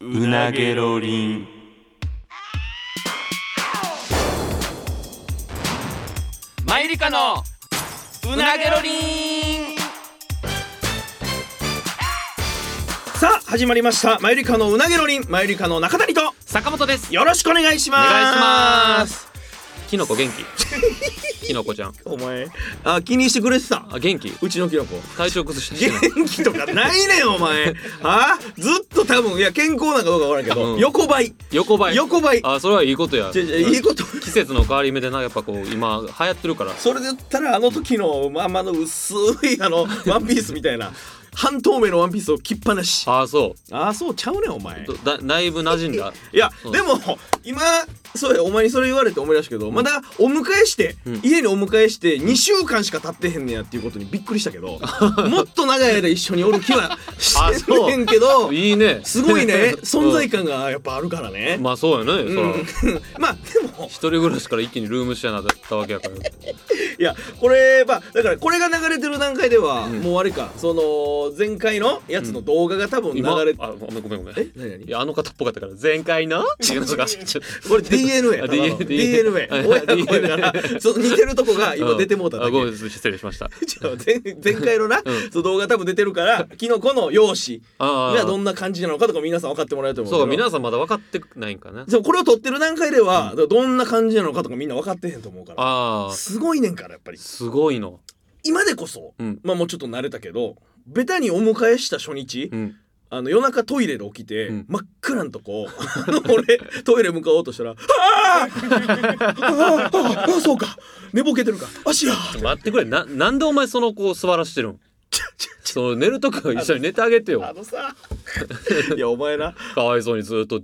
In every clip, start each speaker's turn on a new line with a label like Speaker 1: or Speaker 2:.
Speaker 1: うなげろりん
Speaker 2: マイリカのうなげろりん
Speaker 3: さあ始まりましたマユリカのうなげろりんマユリカの中谷と
Speaker 2: 坂本です
Speaker 3: よろしくお願いし
Speaker 2: お
Speaker 3: ます
Speaker 2: 願いしますキノコ元気キノコちゃん
Speaker 3: お前あ気にしてくれてた
Speaker 2: あ元気
Speaker 3: うちのキノコ
Speaker 2: 体調崩したしてない
Speaker 3: 元気とかないねんお 前あずっと多分いや健康なんかどうかわからんけど、
Speaker 2: うん
Speaker 3: 横ばい
Speaker 2: 横ばい
Speaker 3: 横ばい
Speaker 2: あそれはいいことや
Speaker 3: じゃじゃいいこと
Speaker 2: 季節の変わり目でなやっぱこう今流行ってるから
Speaker 3: それで言ったらあの時のまあまあの薄いあのワンピースみたいな半透明のワンピースを着っぱなし
Speaker 2: ああそ
Speaker 3: ああそうちゃうねんお前
Speaker 2: うどだだいぶ馴染んだ
Speaker 3: いや、
Speaker 2: うん
Speaker 3: でも今そうやお前にそれ言われて思い出したけど、まだお迎えして、
Speaker 2: うん
Speaker 3: 家にお迎えして2週間しか経ってへんねやっていうことにびっくりしたけ どもっと長い間一緒におる気はしてへんけど
Speaker 2: いいね
Speaker 3: すごい ね存在感がやっぱあるからね。
Speaker 2: まあそうやね、
Speaker 3: う
Speaker 2: そら
Speaker 3: ん まあでも
Speaker 2: 一人暮らしから一気にルームシェアになったわけやから
Speaker 3: いやこれまあだからこれが流れてる段階では、
Speaker 2: うん
Speaker 3: もうあれかその前回のやつの動画が多 分流
Speaker 2: 今あ
Speaker 3: れて、
Speaker 2: ごめんごめんごめん
Speaker 3: え何何
Speaker 2: いやあの方っぽかったから前回の違うのがちょっと
Speaker 3: これ DNA や
Speaker 2: あ
Speaker 3: ただの
Speaker 2: DNA
Speaker 3: DNA 親子やからその似てるとこが 今出てもうただ
Speaker 2: あ
Speaker 3: け
Speaker 2: ごめん失礼しました
Speaker 3: ちょ前前回のな、
Speaker 2: うん
Speaker 3: その動画多分出てるからキノコの容姿
Speaker 2: あ
Speaker 3: が
Speaker 2: あ
Speaker 3: どんな感じなのかとか皆さん分かってもらえると思うけ
Speaker 2: そ
Speaker 3: ど
Speaker 2: う皆さんまだ分かってないんかな
Speaker 3: そうこれを撮ってる段階では、どんな感じなのかとかみんな分かってへんと思うから
Speaker 2: ああ
Speaker 3: すごいねんからやっぱり
Speaker 2: すごいの
Speaker 3: 今でこそ、
Speaker 2: うん
Speaker 3: まあもうちょっと慣れたけどベタにお迎えした初日、
Speaker 2: うん
Speaker 3: あの夜中トイレで起きて、
Speaker 2: うん
Speaker 3: 真っ暗んとこ あの俺トイレ向かおうとしたら「あ あああああそうか寝ぼけてるか足や」
Speaker 2: 待ってくれななんでお前その子を座らしてるんその寝るとか一緒に寝てあげて
Speaker 3: あ
Speaker 2: よ
Speaker 3: のさいやお前な
Speaker 2: かわいそうにずっと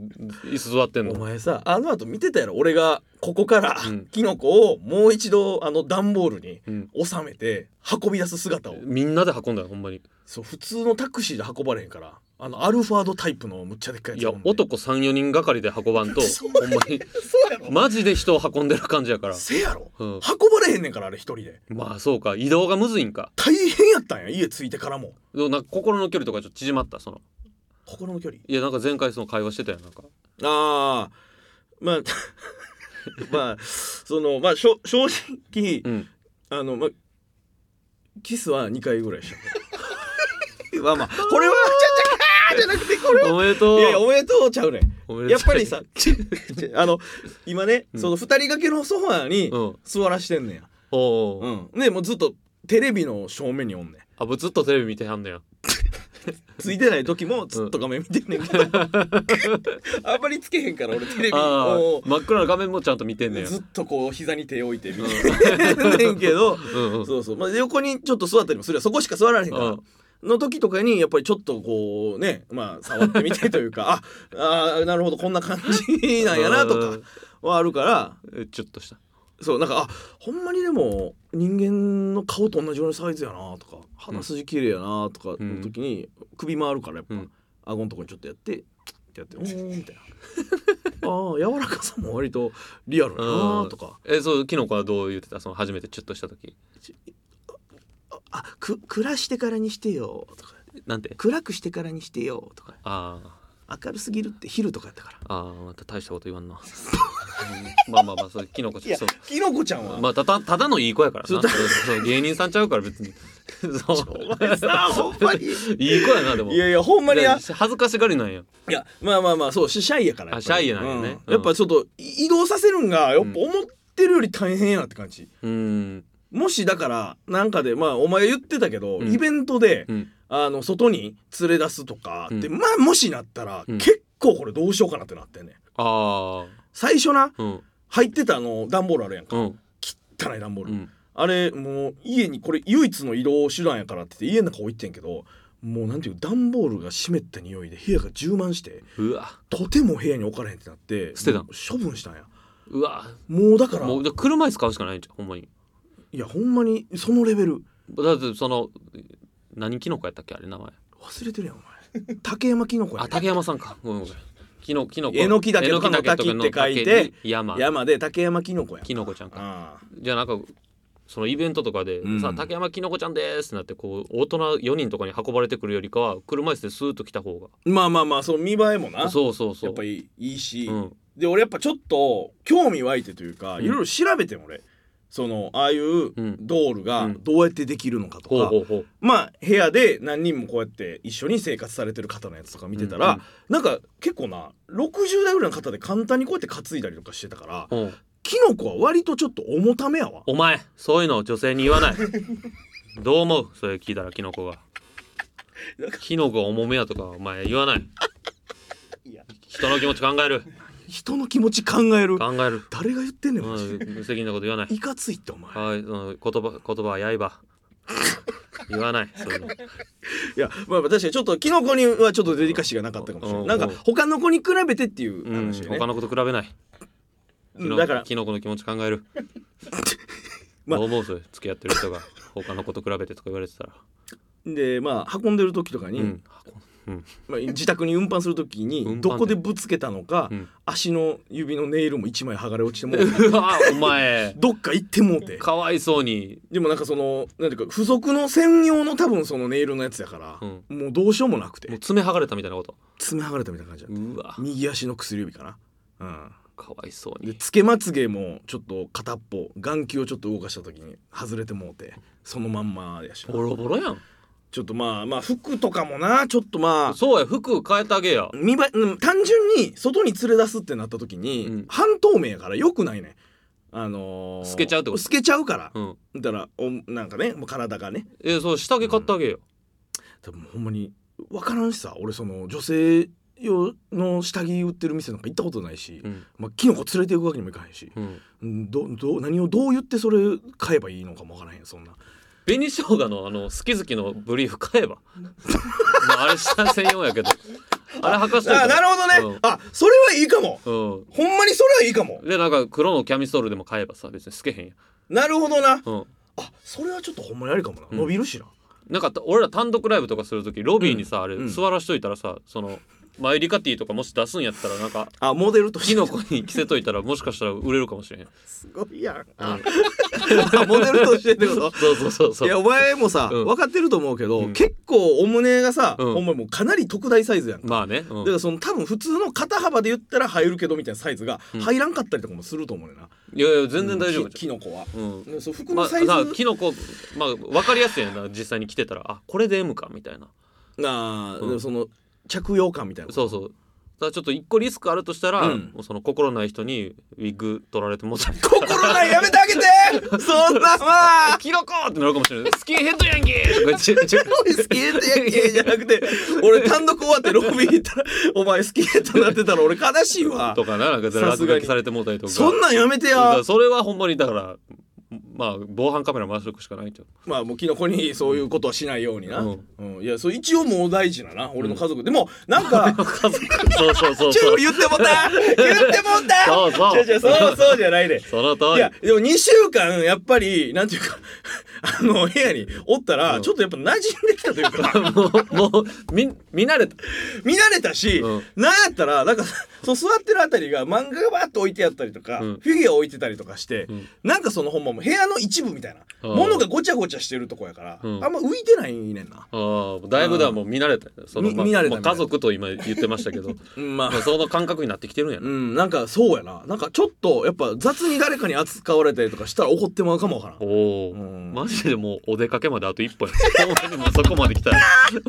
Speaker 2: 椅子座ってん
Speaker 3: お
Speaker 2: の
Speaker 3: 前さあの後見てたやろ俺がここから、
Speaker 2: うん
Speaker 3: キノコをもう一度あの段ボールに
Speaker 2: うん
Speaker 3: 収めて運び出す姿を
Speaker 2: みんなで運んだよほんまに
Speaker 3: そう普通のタクシーで運ばれへんからあのアルファードタイプのむっちゃでっかいや
Speaker 2: い
Speaker 3: つ
Speaker 2: や
Speaker 3: ほんで
Speaker 2: 男34人がかりで運ばん と
Speaker 3: そう
Speaker 2: ほんまに
Speaker 3: そうやろ、
Speaker 2: マジで人を運んでる感じやから
Speaker 3: せやろ、
Speaker 2: うん
Speaker 3: 運ばれへんねんからあれ一人で
Speaker 2: まあそうか移動がむずいんか
Speaker 3: 大変やったんや家着いてからも
Speaker 2: でもなんか心の距離とかちょっと縮まったその
Speaker 3: 心の距離
Speaker 2: いやなんか前回その会話してたよなんか
Speaker 3: ああまあ まあそのまあしょ正直、
Speaker 2: うん
Speaker 3: あのまあキスは2回ぐらいした まあまあこれはちゃちゃかーじゃなくてこれは
Speaker 2: おめでとう
Speaker 3: いやいやおめでとうちゃうねん
Speaker 2: おめで
Speaker 3: やっ
Speaker 2: と
Speaker 3: ぱ
Speaker 2: う
Speaker 3: り さあの今ね、
Speaker 2: うん
Speaker 3: その2人掛けのソファーに
Speaker 2: うんおう
Speaker 3: 座らしてんねや、
Speaker 2: おう
Speaker 3: うん、ねもうずっとテレビの正面におんねん
Speaker 2: あもうずっとテレビ見てはんのや
Speaker 3: ついてない時もずっと画面見てんねんけど、 あんまりつけへんから俺テレビ
Speaker 2: あ
Speaker 3: を
Speaker 2: あ真っ暗な画面もちゃんと見てんねや
Speaker 3: ずっとこう膝に手を置いて見
Speaker 2: うん
Speaker 3: てねんけど
Speaker 2: うんう ん
Speaker 3: そうそう、まあ、横にちょっと座ったりもするやんそこしか座られへんから
Speaker 2: あ。
Speaker 3: の時とかにやっぱりちょっとこうねまあ触ってみてというか ああーなるほどこんな感じなんやなとかはあるから
Speaker 2: うんえちょっとした
Speaker 3: そうなんかあほんまにでも人間の顔と同じようなサイズやなとか鼻筋綺麗やなとかの時に首回るからやっぱ、
Speaker 2: うん
Speaker 3: 顎のとこにちょっとやってってやっておーみたいな ああ柔らかさも割とリアルやなとか
Speaker 2: えそうキノコはどう言ってたその初めてチュッとした時
Speaker 3: あく暮らしてからにしてよとか
Speaker 2: なんて
Speaker 3: 暗くしてからにしてよとか
Speaker 2: ああ
Speaker 3: 明るすぎるって昼とかやったから
Speaker 2: ああまた大したこと言わ んなうんまあまあまあそれキノコちゃんそう
Speaker 3: きのこちゃん
Speaker 2: まあただただのいい子やから
Speaker 3: そう
Speaker 2: なそう芸人さんちゃうから 別にそう
Speaker 3: お前さほんまに
Speaker 2: いい子やなで も
Speaker 3: いやいやほんまにや
Speaker 2: で恥ずかしがりなんや
Speaker 3: いやまあまあまあそうシシャイやからや
Speaker 2: あ
Speaker 3: っぱり
Speaker 2: シャイなんやね
Speaker 3: うんやっぱちょっと移動させるんがやっぱ思ってるより大変やなって感じ
Speaker 2: うん
Speaker 3: もしだからなんかでまあお前言ってたけど、
Speaker 2: うん
Speaker 3: イベントで、
Speaker 2: うん
Speaker 3: あの外に連れ出すとかって、
Speaker 2: う
Speaker 3: まあもしなったら、
Speaker 2: うん
Speaker 3: 結構これどうしようかなってなってんねん
Speaker 2: あ
Speaker 3: 最初な
Speaker 2: あうん
Speaker 3: 入ってたあの段ボールあるやんか
Speaker 2: うん
Speaker 3: 汚い段ボール、
Speaker 2: うん
Speaker 3: あれもう家にこれ唯一の移動手段やからって言って家の中置いてんけどもうなんていう段ボールが湿った匂いで部屋が充満して
Speaker 2: うわ
Speaker 3: とても部屋に置かれへんってなって
Speaker 2: 捨てたん
Speaker 3: もう処分したんや
Speaker 2: うわ
Speaker 3: もうだから
Speaker 2: もうじゃあ車椅子買うしかないんじゃんほんまに
Speaker 3: いやほんまにそのレベル
Speaker 2: だってその何キノコやったっけあれ名前
Speaker 3: 忘れてるやんお 前竹山きのこや
Speaker 2: あ
Speaker 3: ね
Speaker 2: 竹山さんかごめんごめんキノキノコ
Speaker 3: えのきだけ
Speaker 2: え
Speaker 3: とかの
Speaker 2: のきだけとかの
Speaker 3: 滝って書いて
Speaker 2: 竹に山
Speaker 3: 山で竹山きのこや
Speaker 2: キノコちゃんか
Speaker 3: ああ
Speaker 2: じゃあなんかそのイベントとかで「
Speaker 3: うん
Speaker 2: さあ竹山きのこちゃんです」ってなってこう大人4人とかに運ばれてくるよりかは車椅子でスーッと来た方
Speaker 3: まあまあまあその見栄えもな
Speaker 2: がそうそうそう
Speaker 3: やっぱりいいし、
Speaker 2: うん
Speaker 3: で俺やっぱちょっと興味湧いてというか、
Speaker 2: うん
Speaker 3: いろいろ調べてん俺そのああいう
Speaker 2: うん
Speaker 3: ドールが
Speaker 2: うん
Speaker 3: どうやってできるのかと
Speaker 2: ほう
Speaker 3: か、
Speaker 2: ほうほう
Speaker 3: まあ部屋で何人もこうやって一緒に生活されてる方のやつとか見てたら、なんか結構な60代ぐらいの方で簡単にこうやって担いだりとかしてたから
Speaker 2: うんうん
Speaker 3: キノコは割とちょっと重ためやわ
Speaker 2: お前そういうの女性に言わないどう思うそれ聞いたらキノコがキノコが重めやとかお前言わない
Speaker 3: いや
Speaker 2: 人の気持ち考える
Speaker 3: 人の気持ち考える
Speaker 2: 考える、
Speaker 3: 誰が言ってんねん
Speaker 2: う
Speaker 3: マジで
Speaker 2: ん、無責任なこと言わない
Speaker 3: いかついってお前
Speaker 2: はい、うん、言葉言葉は 刃言わないそういうの
Speaker 3: いやまあ確かにちょっとキノコにはちょっとデリカシーがなかったかもしれ
Speaker 2: う
Speaker 3: なんいなんか他の子に比べてっていう
Speaker 2: うん、
Speaker 3: 話でね
Speaker 2: 他のこと比べない。
Speaker 3: うん
Speaker 2: キノ
Speaker 3: だから
Speaker 2: キノコの気持ち考え る。
Speaker 3: まあ
Speaker 2: どう思うそれ付き合ってる人が他のこと比べてとか言われてたら。
Speaker 3: でまあ運んでる時とか
Speaker 2: う
Speaker 3: に、
Speaker 2: ん。箱うん。
Speaker 3: まあ、自宅に運搬する時
Speaker 2: 運搬
Speaker 3: に
Speaker 2: ね
Speaker 3: どこでぶつけたのか、
Speaker 2: うん
Speaker 3: 足の指のネイルも一枚剥がれ落ちてもうて
Speaker 2: うわ、お前。
Speaker 3: どっか行ってもうて
Speaker 2: かわいそうに。
Speaker 3: でもなんかそのなんていうか付属の専用の多分そのネイルのやつやから、
Speaker 2: うん
Speaker 3: もうどうしようもなくて
Speaker 2: もう爪剥がれたみたいなこと。
Speaker 3: 爪剥がれたみたいな感じだった
Speaker 2: うわ、
Speaker 3: 右足の薬指かな
Speaker 2: かわいそう
Speaker 3: うんで
Speaker 2: に。
Speaker 3: つけまつげもちょっと片っぽ眼球をちょっと動かした時に外れてもうてそのまんまやしな
Speaker 2: ボロボロやん。
Speaker 3: ちょっとまあまあ服とかもなちょっとまあ
Speaker 2: そうや、服変えてあげや。
Speaker 3: 見ばうん単純に外に連れ出すってなった時に、
Speaker 2: うん
Speaker 3: 半透明やからよくないねあのー、
Speaker 2: 透けちゃうってこと
Speaker 3: 透けちゃうから
Speaker 2: うん。
Speaker 3: だからおなんかねもう体がね
Speaker 2: え、そう、下着買ってあげよ。
Speaker 3: 多分ほんまに分からんしさ俺その女性用の下着売ってる店なんか行ったことないし、
Speaker 2: うん。
Speaker 3: まあ、キノコ連れていくわけにもいかへんし
Speaker 2: うん。
Speaker 3: うんどどう何をどう言ってそれ買えばいいのかも分からへんそんな
Speaker 2: 紅生姜のあの好き好きのブリーフ 買えば。まあ、あれ下専用やけど。あれ履かしといたら。
Speaker 3: る
Speaker 2: ほどね
Speaker 3: あそれはいいかも
Speaker 2: うん。
Speaker 3: ほんまにそれはいいかも
Speaker 2: でなんか黒のキャミソールでも買えばさ別に透けへんや
Speaker 3: なるほどな
Speaker 2: うん
Speaker 3: あそれはちょっとほんまにありかもな、
Speaker 2: うん
Speaker 3: 伸びるしな
Speaker 2: なんか俺ら単独ライブとかする時ロビーにさ、あれ
Speaker 3: うん
Speaker 2: 座らしといたらさそのマイリカティとかもし出すんやったらなんか
Speaker 3: あモデルとして
Speaker 2: キノコに着せといたらもしかしたら売れるかもしれへん、
Speaker 3: すごいやん。
Speaker 2: あ
Speaker 3: あ モデルとしてってこ
Speaker 2: そうそうそう
Speaker 3: と
Speaker 2: そ
Speaker 3: いや
Speaker 2: う
Speaker 3: お前もさ、
Speaker 2: うん
Speaker 3: 分かってると思うけど、
Speaker 2: うん
Speaker 3: 結構お胸がさ、
Speaker 2: うん
Speaker 3: ほんまにもうかなり特大サイズやんか、
Speaker 2: まあね、うん
Speaker 3: だからその多分普通の肩幅で言ったら入るけどみたいなサイズが
Speaker 2: うん
Speaker 3: 入らんかったりとかもすると思うねんな、
Speaker 2: いやいや全然大丈
Speaker 3: うん
Speaker 2: 夫
Speaker 3: き
Speaker 2: じ
Speaker 3: キノコは
Speaker 2: ゃん、うん
Speaker 3: そう服の
Speaker 2: まあ
Speaker 3: サイズ、
Speaker 2: さキノコまあ分かりやすいやんな実際に着てたらあこれで M かみたいな
Speaker 3: なあ、
Speaker 2: うん
Speaker 3: その着用感みたいな
Speaker 2: そうそうただちょっと一個リスクあるとしたら、
Speaker 3: うん
Speaker 2: もうその心ない人にウィッグ取られてもうたりとか
Speaker 3: 心ないやめてあげて そんなまあ
Speaker 2: キノコってなるかもしれない。スキンヘッドやんけーとか言って
Speaker 3: スキンヘッドやんけじゃなくて俺単独終わってロビー行ったらお前スキンヘッドになってたら俺悲しいわ
Speaker 2: とかな、なんか
Speaker 3: さす
Speaker 2: 落
Speaker 3: がに
Speaker 2: 書きされてもうたりとか。
Speaker 3: そんなんやめて
Speaker 2: だか
Speaker 3: や
Speaker 2: らそれはほんまにだから、まあ防犯カメラ回しておくしかないと。
Speaker 3: まあもうキノコにそういうことはしないようにな、
Speaker 2: う
Speaker 3: うんんいやそう一応もう大事なな俺の家族、でもなん か
Speaker 2: 家族そうそうそう
Speaker 3: ち
Speaker 2: そ
Speaker 3: ょ
Speaker 2: う。
Speaker 3: 言ってもうた言ってもうた
Speaker 2: そうそう
Speaker 3: 違う違うそうそうじゃないで、
Speaker 2: その通
Speaker 3: い
Speaker 2: り
Speaker 3: や。でも2週間やっぱりなんていうか あの部屋におったら、
Speaker 2: うん
Speaker 3: ちょっとやっぱ馴染んできたというか
Speaker 2: も う、もう、み、見慣れた。
Speaker 3: 見慣れたし、
Speaker 2: うん
Speaker 3: なんやったらなんかそう座ってるあたりが漫画がバーッと置いてあったりとか、
Speaker 2: うん
Speaker 3: フィギュア置いてたりとかして、
Speaker 2: うん
Speaker 3: なんかそのほんまもう部屋の一部みたいな、
Speaker 2: うん
Speaker 3: 物がごちゃごちゃしてるとこやから、
Speaker 2: うん
Speaker 3: あんま浮いてないねんな。
Speaker 2: ああ、だいぶだ、もう見慣れた。その、
Speaker 3: み
Speaker 2: まあ
Speaker 3: 見慣れた
Speaker 2: まあ家族と今言ってました けど、
Speaker 3: うんまあ
Speaker 2: まあその感覚になってきてるんや
Speaker 3: う
Speaker 2: な。
Speaker 3: ん、なんかそうやな。なんかちょっとやっぱ雑に誰かに扱われたりとかしたら怒ってまうかもわからん。
Speaker 2: おお、
Speaker 3: うん
Speaker 2: マジでもうお出かけまであと一歩や。ほんまにもうそこまで来 たら。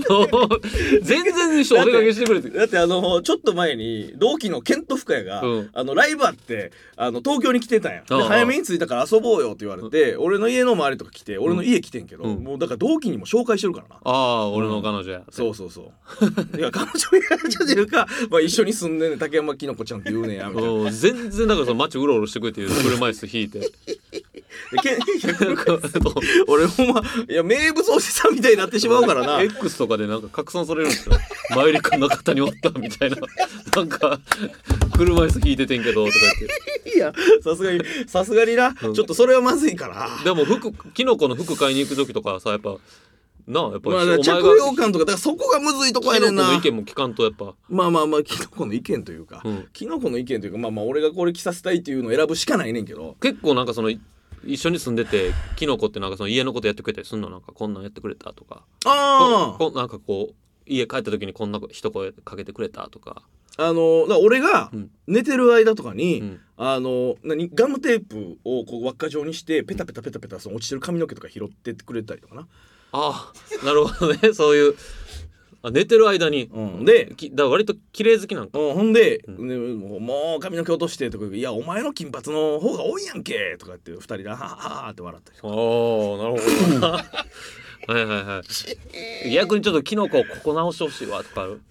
Speaker 2: もう全然一緒お出かけしてくれて。
Speaker 3: だってあのちょっと前に同期のケント深谷が、
Speaker 2: うん
Speaker 3: あのライブあってあの東京に来てたんやで
Speaker 2: ああ
Speaker 3: 早めに着いたから遊ぼうよって言われて、俺の家の周りとか来て俺の家来てんけど、
Speaker 2: うん
Speaker 3: もうだから同期にも紹介してるからな、
Speaker 2: ああ、俺の彼女や。
Speaker 3: そうそうそういや彼女や彼女っていうか、 まあ、一緒に住んでんねん竹山きのこちゃんって言うねんやみたいな
Speaker 2: うん全然だからその街うろうろしてくれっていう車椅子引いて
Speaker 3: でケン
Speaker 2: なん か
Speaker 3: 俺ほんまいや名物おじさんみたいになってしまうから な
Speaker 2: X とかでなんか拡散されるんですよ「マユリカの方におった」みたいななんか「車椅子引いててんけど」とか言って
Speaker 3: いや、さすがに、さすがにな、
Speaker 2: うん
Speaker 3: ちょっとそれはまずいから。
Speaker 2: でも服キノコの服買いに行く時とかさやっぱなあやっぱ、
Speaker 3: まあ、だから着用感とか、だからそこがむずいと
Speaker 2: キ
Speaker 3: こやねん
Speaker 2: ノコの
Speaker 3: な
Speaker 2: 意。見も聞かんとやっぱ
Speaker 3: まあまあまあ、キノコの意見というか、
Speaker 2: うん
Speaker 3: キノコの意見というか、まあまあ、俺がこれ着させたいっていうのを選ぶしかないねんけど。
Speaker 2: 結構なんかその一緒に住んでてキノコってなんかその家のことやってくれたりすんのなんかこんなんやってくれたとか
Speaker 3: ああ
Speaker 2: ここなんかこう家帰った時にこんな一声かけてくれたとか、
Speaker 3: あのだから俺が
Speaker 2: うん
Speaker 3: 寝てる間とかに、
Speaker 2: うん
Speaker 3: あの何ガムテープをこう輪っか状にしてペタペタペタペタその落ちてる髪の毛とか拾ってってくれたりとかな、
Speaker 2: ああなるほどねそういうあ寝てる間に
Speaker 3: うん、で、
Speaker 2: きだから割と綺麗好きなんか
Speaker 3: うん、ほんで、
Speaker 2: う
Speaker 3: ねもうもう髪の毛落として」とか言うけど「いやお前の金髪の方が多いやんけ」とかって二人で「はあはあはあ」って笑ったり
Speaker 2: ああなるほ どはいはいはい逆にちょっとキノコをここ直してほしいわとかある、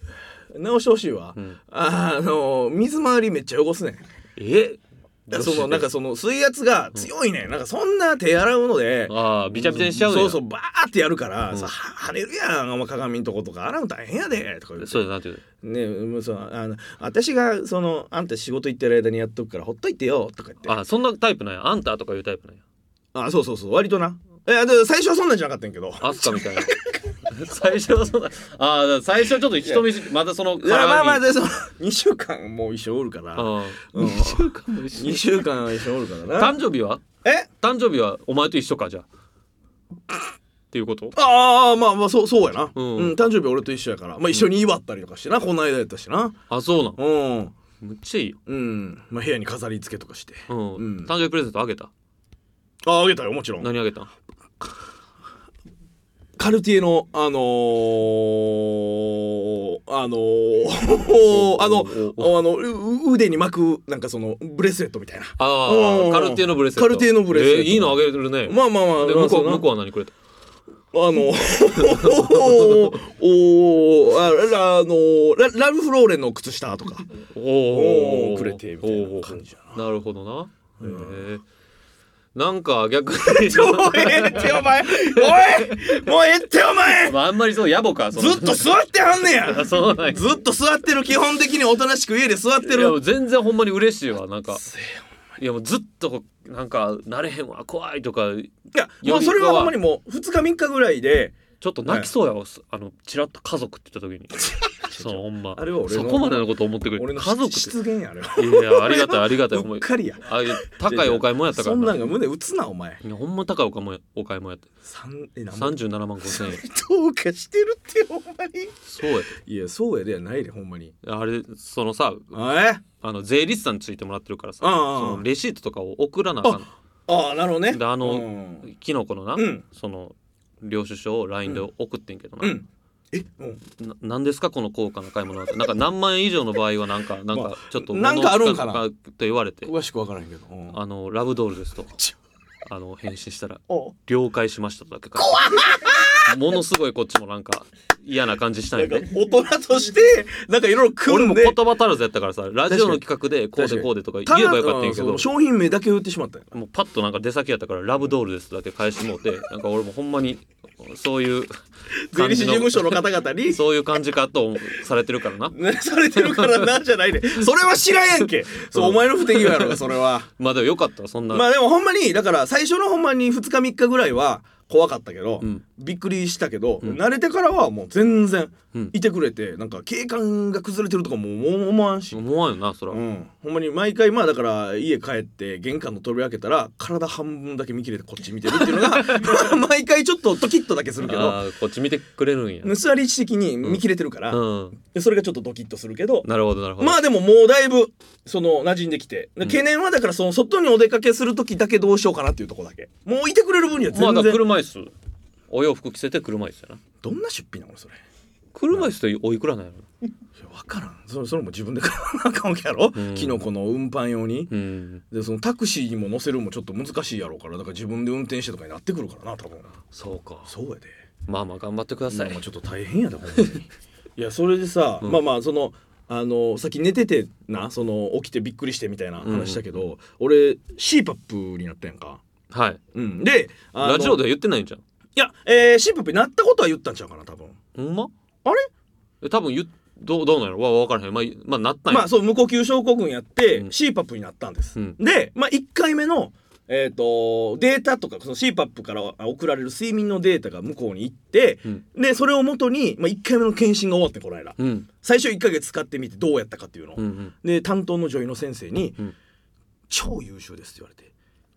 Speaker 3: 直してほしいわ、
Speaker 2: うん、
Speaker 3: あの水回りめっちゃ汚すねん
Speaker 2: え
Speaker 3: だからそのなんかその水圧が強いね、ん、なんかそんな手洗うので
Speaker 2: ああビチャビチャにしちゃう
Speaker 3: そうそううバーってやるから、
Speaker 2: うん
Speaker 3: さは跳ねるやんあんま鏡んとことか洗うの大変やでとか言って
Speaker 2: そうだなんていうの
Speaker 3: ねもうそのあの私がそのあんた仕事行ってる間にやっとくからほっといてよとか言ってあ
Speaker 2: あそんなタイプなんやあんたとかいうタイプなんや
Speaker 3: そうそうそう割とないやで最初はそんなんじゃなかったんやけど
Speaker 2: アスカみたいな 最初はそんなああ最初はちょっと人見知りまだその
Speaker 3: いやまあまあ
Speaker 2: で
Speaker 3: でその2週間もう一生おるから
Speaker 2: あ
Speaker 3: うん
Speaker 2: 2週間も一緒
Speaker 3: 2週間は一生おるからな
Speaker 2: 誕生日は
Speaker 3: え
Speaker 2: 誕生日はお前と一緒かじゃあっていうこと
Speaker 3: ああまあまあそうそうやな、う
Speaker 2: うんん
Speaker 3: 誕生日俺と一緒やから、まあ、一緒に祝ったりとかしてな、この間やったしな
Speaker 2: あそうなの
Speaker 3: うん
Speaker 2: むっちゃいいよ、
Speaker 3: うんまあ、部屋に飾り付けとかして
Speaker 2: うん
Speaker 3: うん
Speaker 2: 誕生日プレゼントあげた
Speaker 3: ああげたよもちろん
Speaker 2: 何あげたん
Speaker 3: カルティエのあのー、あの ー、あのあのう腕に巻くなんかそのブレスレットみたいな
Speaker 2: あ
Speaker 3: うん
Speaker 2: あカルティエのブレスレット
Speaker 3: カルティエのブレスレット
Speaker 2: えーいいのあげるね、
Speaker 3: まあまあまあ
Speaker 2: で向こう
Speaker 3: まあ
Speaker 2: 向こうは何くれた
Speaker 3: あのおおあらあのーララルフローレンの靴下とか
Speaker 2: お
Speaker 3: おお
Speaker 2: ー
Speaker 3: くれてみたいな感じや
Speaker 2: なるほどな、
Speaker 3: う
Speaker 2: へえなんか逆に
Speaker 3: おい ええってお前おいもうええってお前
Speaker 2: まあ、あんまりそう野暮かその
Speaker 3: ずっと座ってはんねや
Speaker 2: あそうなんや
Speaker 3: ずっと座ってる基本的におとなしく家で座って
Speaker 2: いやも
Speaker 3: る
Speaker 2: う全然ほんまに嬉しいわなんかいやもうずっとこうなんか慣れへんわ怖いとか
Speaker 3: いやもうそれはほんまにもう2日3日ぐらいで
Speaker 2: ちょっと泣きそうやわ、あのちらっと家族って言った 時にそうほんま
Speaker 3: あれは俺の
Speaker 2: そこまでのこと思ってくれ
Speaker 3: 俺
Speaker 2: る
Speaker 3: の
Speaker 2: 家族っ
Speaker 3: 失言やあれは
Speaker 2: ていやいやありがたいありがたいほん
Speaker 3: う
Speaker 2: ま
Speaker 3: っかりや
Speaker 2: ああいう高いお買い物やった
Speaker 3: そ
Speaker 2: から
Speaker 3: んなんが胸打つなお前
Speaker 2: いやほんま高いお買い物やお買い物やった
Speaker 3: 三えなんぼ
Speaker 2: 37万5千円
Speaker 3: どうかしてるってほんまに
Speaker 2: そうや
Speaker 3: いやそうやでやないでほんまに
Speaker 2: であれそのさ
Speaker 3: え
Speaker 2: あの税理士さんについてもらってるからさ
Speaker 3: うんうんうん
Speaker 2: そのレシートとかを送らなあかん
Speaker 3: ああなるほどね
Speaker 2: であの
Speaker 3: うん
Speaker 2: キノコのな、
Speaker 3: うん
Speaker 2: その領収書を LINE で送ってんけどな、
Speaker 3: うんえうん
Speaker 2: ななんですかこの高価な買い物はってなんか何万円以上の場合はな んかなん
Speaker 3: まあ
Speaker 2: かちょっと
Speaker 3: なんかあるんかな
Speaker 2: 物を使うと言われて
Speaker 3: 詳しくわからへんけどうん
Speaker 2: 「あのラブドールです」 と
Speaker 3: ちょ
Speaker 2: あの返信したら
Speaker 3: お
Speaker 2: 「了解しました」とだけ書いて ものすごいこっちもなんか嫌な感じしたん
Speaker 3: な
Speaker 2: や
Speaker 3: んか
Speaker 2: ね
Speaker 3: 大人としてなんかいろいろ
Speaker 2: 俺
Speaker 3: 組ん
Speaker 2: も
Speaker 3: で
Speaker 2: 言葉足らずやったからさラジオの企画でこうでこうでとか言えばよかったんやけ
Speaker 3: う
Speaker 2: ど
Speaker 3: んそう商品名だけ売ってしまったよ
Speaker 2: もうパッとなんか出先やったから「ラブドールです」とだけ返しても うてなんか俺もほんまにそういう
Speaker 3: 税
Speaker 2: 感
Speaker 3: 理士
Speaker 2: じ
Speaker 3: 事
Speaker 2: の
Speaker 3: 務所の方々に
Speaker 2: そういう感じかと思うされてるからな
Speaker 3: ね されてるからなんじゃ ないでそれは知らんやんけそうお前の不手際やろがそれは
Speaker 2: まあでもよかったわそんな、
Speaker 3: まあでもほんまにだから最初のほんまに2日3日ぐらいは怖かったけど、
Speaker 2: うん
Speaker 3: びっくりしたけど、
Speaker 2: うん
Speaker 3: 慣れてからはもう全然
Speaker 2: うん
Speaker 3: いてくれて、なんか景観が崩れてるとかもう思わんし、
Speaker 2: 思わんよなそら、
Speaker 3: うん、ほんまに毎回まあだから家帰って玄関の扉開けたら体半分だけ見切れてこっち見てるっていうのが 毎回ちょっとドキッとだけするけど
Speaker 2: あーこっち見てくれるんや、
Speaker 3: 座り位置的に見切れてるから、
Speaker 2: うん
Speaker 3: でそれがちょっとドキッとするけど
Speaker 2: なるほどなるほど
Speaker 3: まあでももうだいぶその馴染んできて、で
Speaker 2: うん
Speaker 3: 懸念はだからその外にお出かけする時だけどうしようかなっていうとこだけもういてくれる分には全
Speaker 2: まあ
Speaker 3: 然、
Speaker 2: だから車椅子お洋服着せて車椅子やな
Speaker 3: どんな出費なのそれい
Speaker 2: 車椅子っておいくらなんやろ
Speaker 3: や分からんそれそれも自分で買わなあかんわけやろ、
Speaker 2: うん
Speaker 3: キノコの運搬用に、
Speaker 2: うん
Speaker 3: でそのタクシーにも乗せるのもちょっと難しいやろうからだから自分で運転してとかになってくるからな多分
Speaker 2: そうか
Speaker 3: そうやで
Speaker 2: まあまあ頑張ってくだ
Speaker 3: ま
Speaker 2: さ
Speaker 3: あ
Speaker 2: い、
Speaker 3: まあちょっと大変やだほんま にいやそれでさ、
Speaker 2: うん
Speaker 3: まあまあそのあのさっき寝ててなその起きてびっくりしてみたいな話したけど、俺 CPAP になったやんか
Speaker 2: はい
Speaker 3: うん、であの
Speaker 2: ラジオでは言ってないんじゃん
Speaker 3: いや、えー、シンプルになったことは言ったんちゃうかな多分
Speaker 2: ほんま
Speaker 3: あれ
Speaker 2: え多分言っどうどうなんやろわわからへんまあ、まあ、なったんや、
Speaker 3: まあそう無呼吸症候群やって、
Speaker 2: うん
Speaker 3: CPAP になったんです、
Speaker 2: うん
Speaker 3: で、まあ、1回目の、えー、とデータとかその CPAP から送られる睡眠のデータが向こうに行って
Speaker 2: うん
Speaker 3: でそれをもとに、まあ、1回目の検診が終わってこの間
Speaker 2: うん
Speaker 3: 最初1ヶ月使ってみてどうやったかっていうの、
Speaker 2: うんうん
Speaker 3: で担当の女医の先生に「
Speaker 2: うん
Speaker 3: 超優秀です」って言われて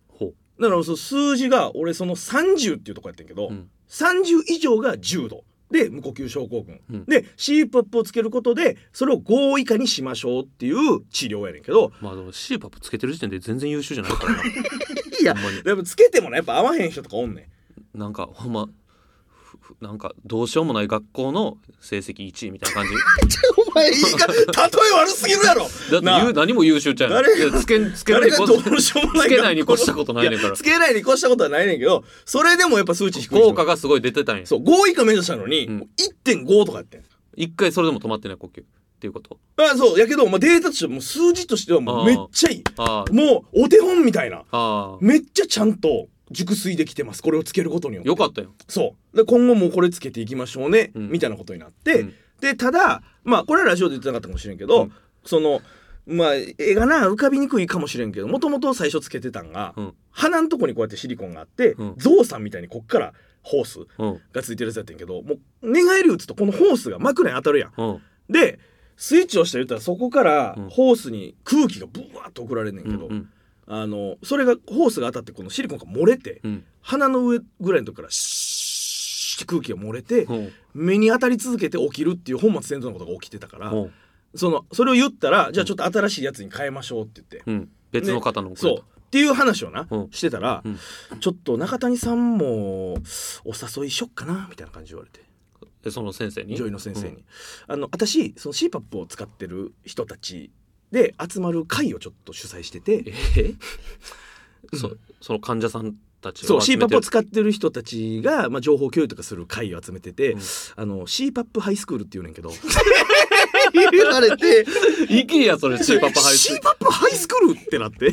Speaker 2: ほう
Speaker 3: だからその数字が俺その30っていうとこやってんけど、
Speaker 2: うん
Speaker 3: 30以上が重度で無呼吸症候群、
Speaker 2: うん
Speaker 3: で CPAP をつけることでそれを5以下にしましょうっていう治療やねんけど
Speaker 2: まあでも CPAP つけてる時点で全然優秀じゃないから な
Speaker 3: いや
Speaker 2: ほんまに
Speaker 3: でもつけてもねやっぱ合わへん人とかお んねん。
Speaker 2: なんかほんまふふなんかどうしようもない学校の成績1位みたいな感じ
Speaker 3: お前言い方例え悪すぎるやろ
Speaker 2: だ
Speaker 3: な
Speaker 2: って言
Speaker 3: あ
Speaker 2: う何も優秀ちゃうやん
Speaker 3: 誰が
Speaker 2: いやつけつけな
Speaker 3: 誰
Speaker 2: いに
Speaker 3: が
Speaker 2: こ
Speaker 3: どうしようもない
Speaker 2: つけないに越したことないねんから
Speaker 3: やつけないに越したことはないねんけどそれでもやっぱ数値低い人
Speaker 2: 効果がすごい出てたんや
Speaker 3: そう5以下目指したのに、
Speaker 2: うん
Speaker 3: 1.5とかやってん
Speaker 2: 一回それでも止まってない呼吸っていうこと
Speaker 3: あそうやけど、まあ、データとしてもう数字としてはも
Speaker 2: あ
Speaker 3: う
Speaker 2: ー
Speaker 3: めっちゃいい
Speaker 2: あー
Speaker 3: もうお手本みたいな
Speaker 2: あー
Speaker 3: めっちゃちゃんと熟睡できてますこれをつけることによって
Speaker 2: よかったよ
Speaker 3: そうで今後もうこれつけていきましょうね、
Speaker 2: うん
Speaker 3: みたいなことになって、
Speaker 2: うん
Speaker 3: でただまあこれはラジオで言ってなかったかもしれんけど、
Speaker 2: うん
Speaker 3: そのまあ絵がな浮かびにくいかもしれんけどもともと最初つけてたんが、
Speaker 2: うん
Speaker 3: 鼻んとこにこうやってシリコンがあって、
Speaker 2: うん
Speaker 3: ゾウさんみたいにこっからホース
Speaker 2: うん
Speaker 3: がついてるやつやってんけどもう寝返り打つとこのホースが枕に当たるやん。
Speaker 2: うん
Speaker 3: でスイッチをして言ったらそこから
Speaker 2: うん
Speaker 3: ホースに空気がブワーッと送られんねん
Speaker 2: う
Speaker 3: け
Speaker 2: ん
Speaker 3: ど、
Speaker 2: うん
Speaker 3: あのそれがホースが当たってこのシリコンが漏れて、
Speaker 2: うん
Speaker 3: 鼻の上ぐらいのとこからシーッて空気が漏れて、
Speaker 2: うん
Speaker 3: 目に当たり続けて起きるっていう本末転倒なことが起きてたから、
Speaker 2: うん
Speaker 3: そのそれを言ったらじゃあちょっと新しいやつに変えましょうって言って、
Speaker 2: うん別の方の
Speaker 3: そうっていう話をな、
Speaker 2: うん
Speaker 3: してたら、
Speaker 2: うん
Speaker 3: ちょっと中谷さんもお誘いしよっかなみたいな感じで言われて。
Speaker 2: でその先生に
Speaker 3: 女医の先生に、
Speaker 2: うん
Speaker 3: あの私その CPAP を使ってる人たちで集まる会をちょっと主催してて
Speaker 2: ええそその患者さんたち
Speaker 3: そう
Speaker 2: を集めて
Speaker 3: CPAP を使ってる人たちが、まあ、情報共有とかする会を集めてて、
Speaker 2: うん
Speaker 3: あの CPAP ハイスクールって言うねんけど言われて
Speaker 2: 行けやそれ
Speaker 3: CPAP
Speaker 2: CPAP
Speaker 3: ハ
Speaker 2: 配信
Speaker 3: イスクールってなって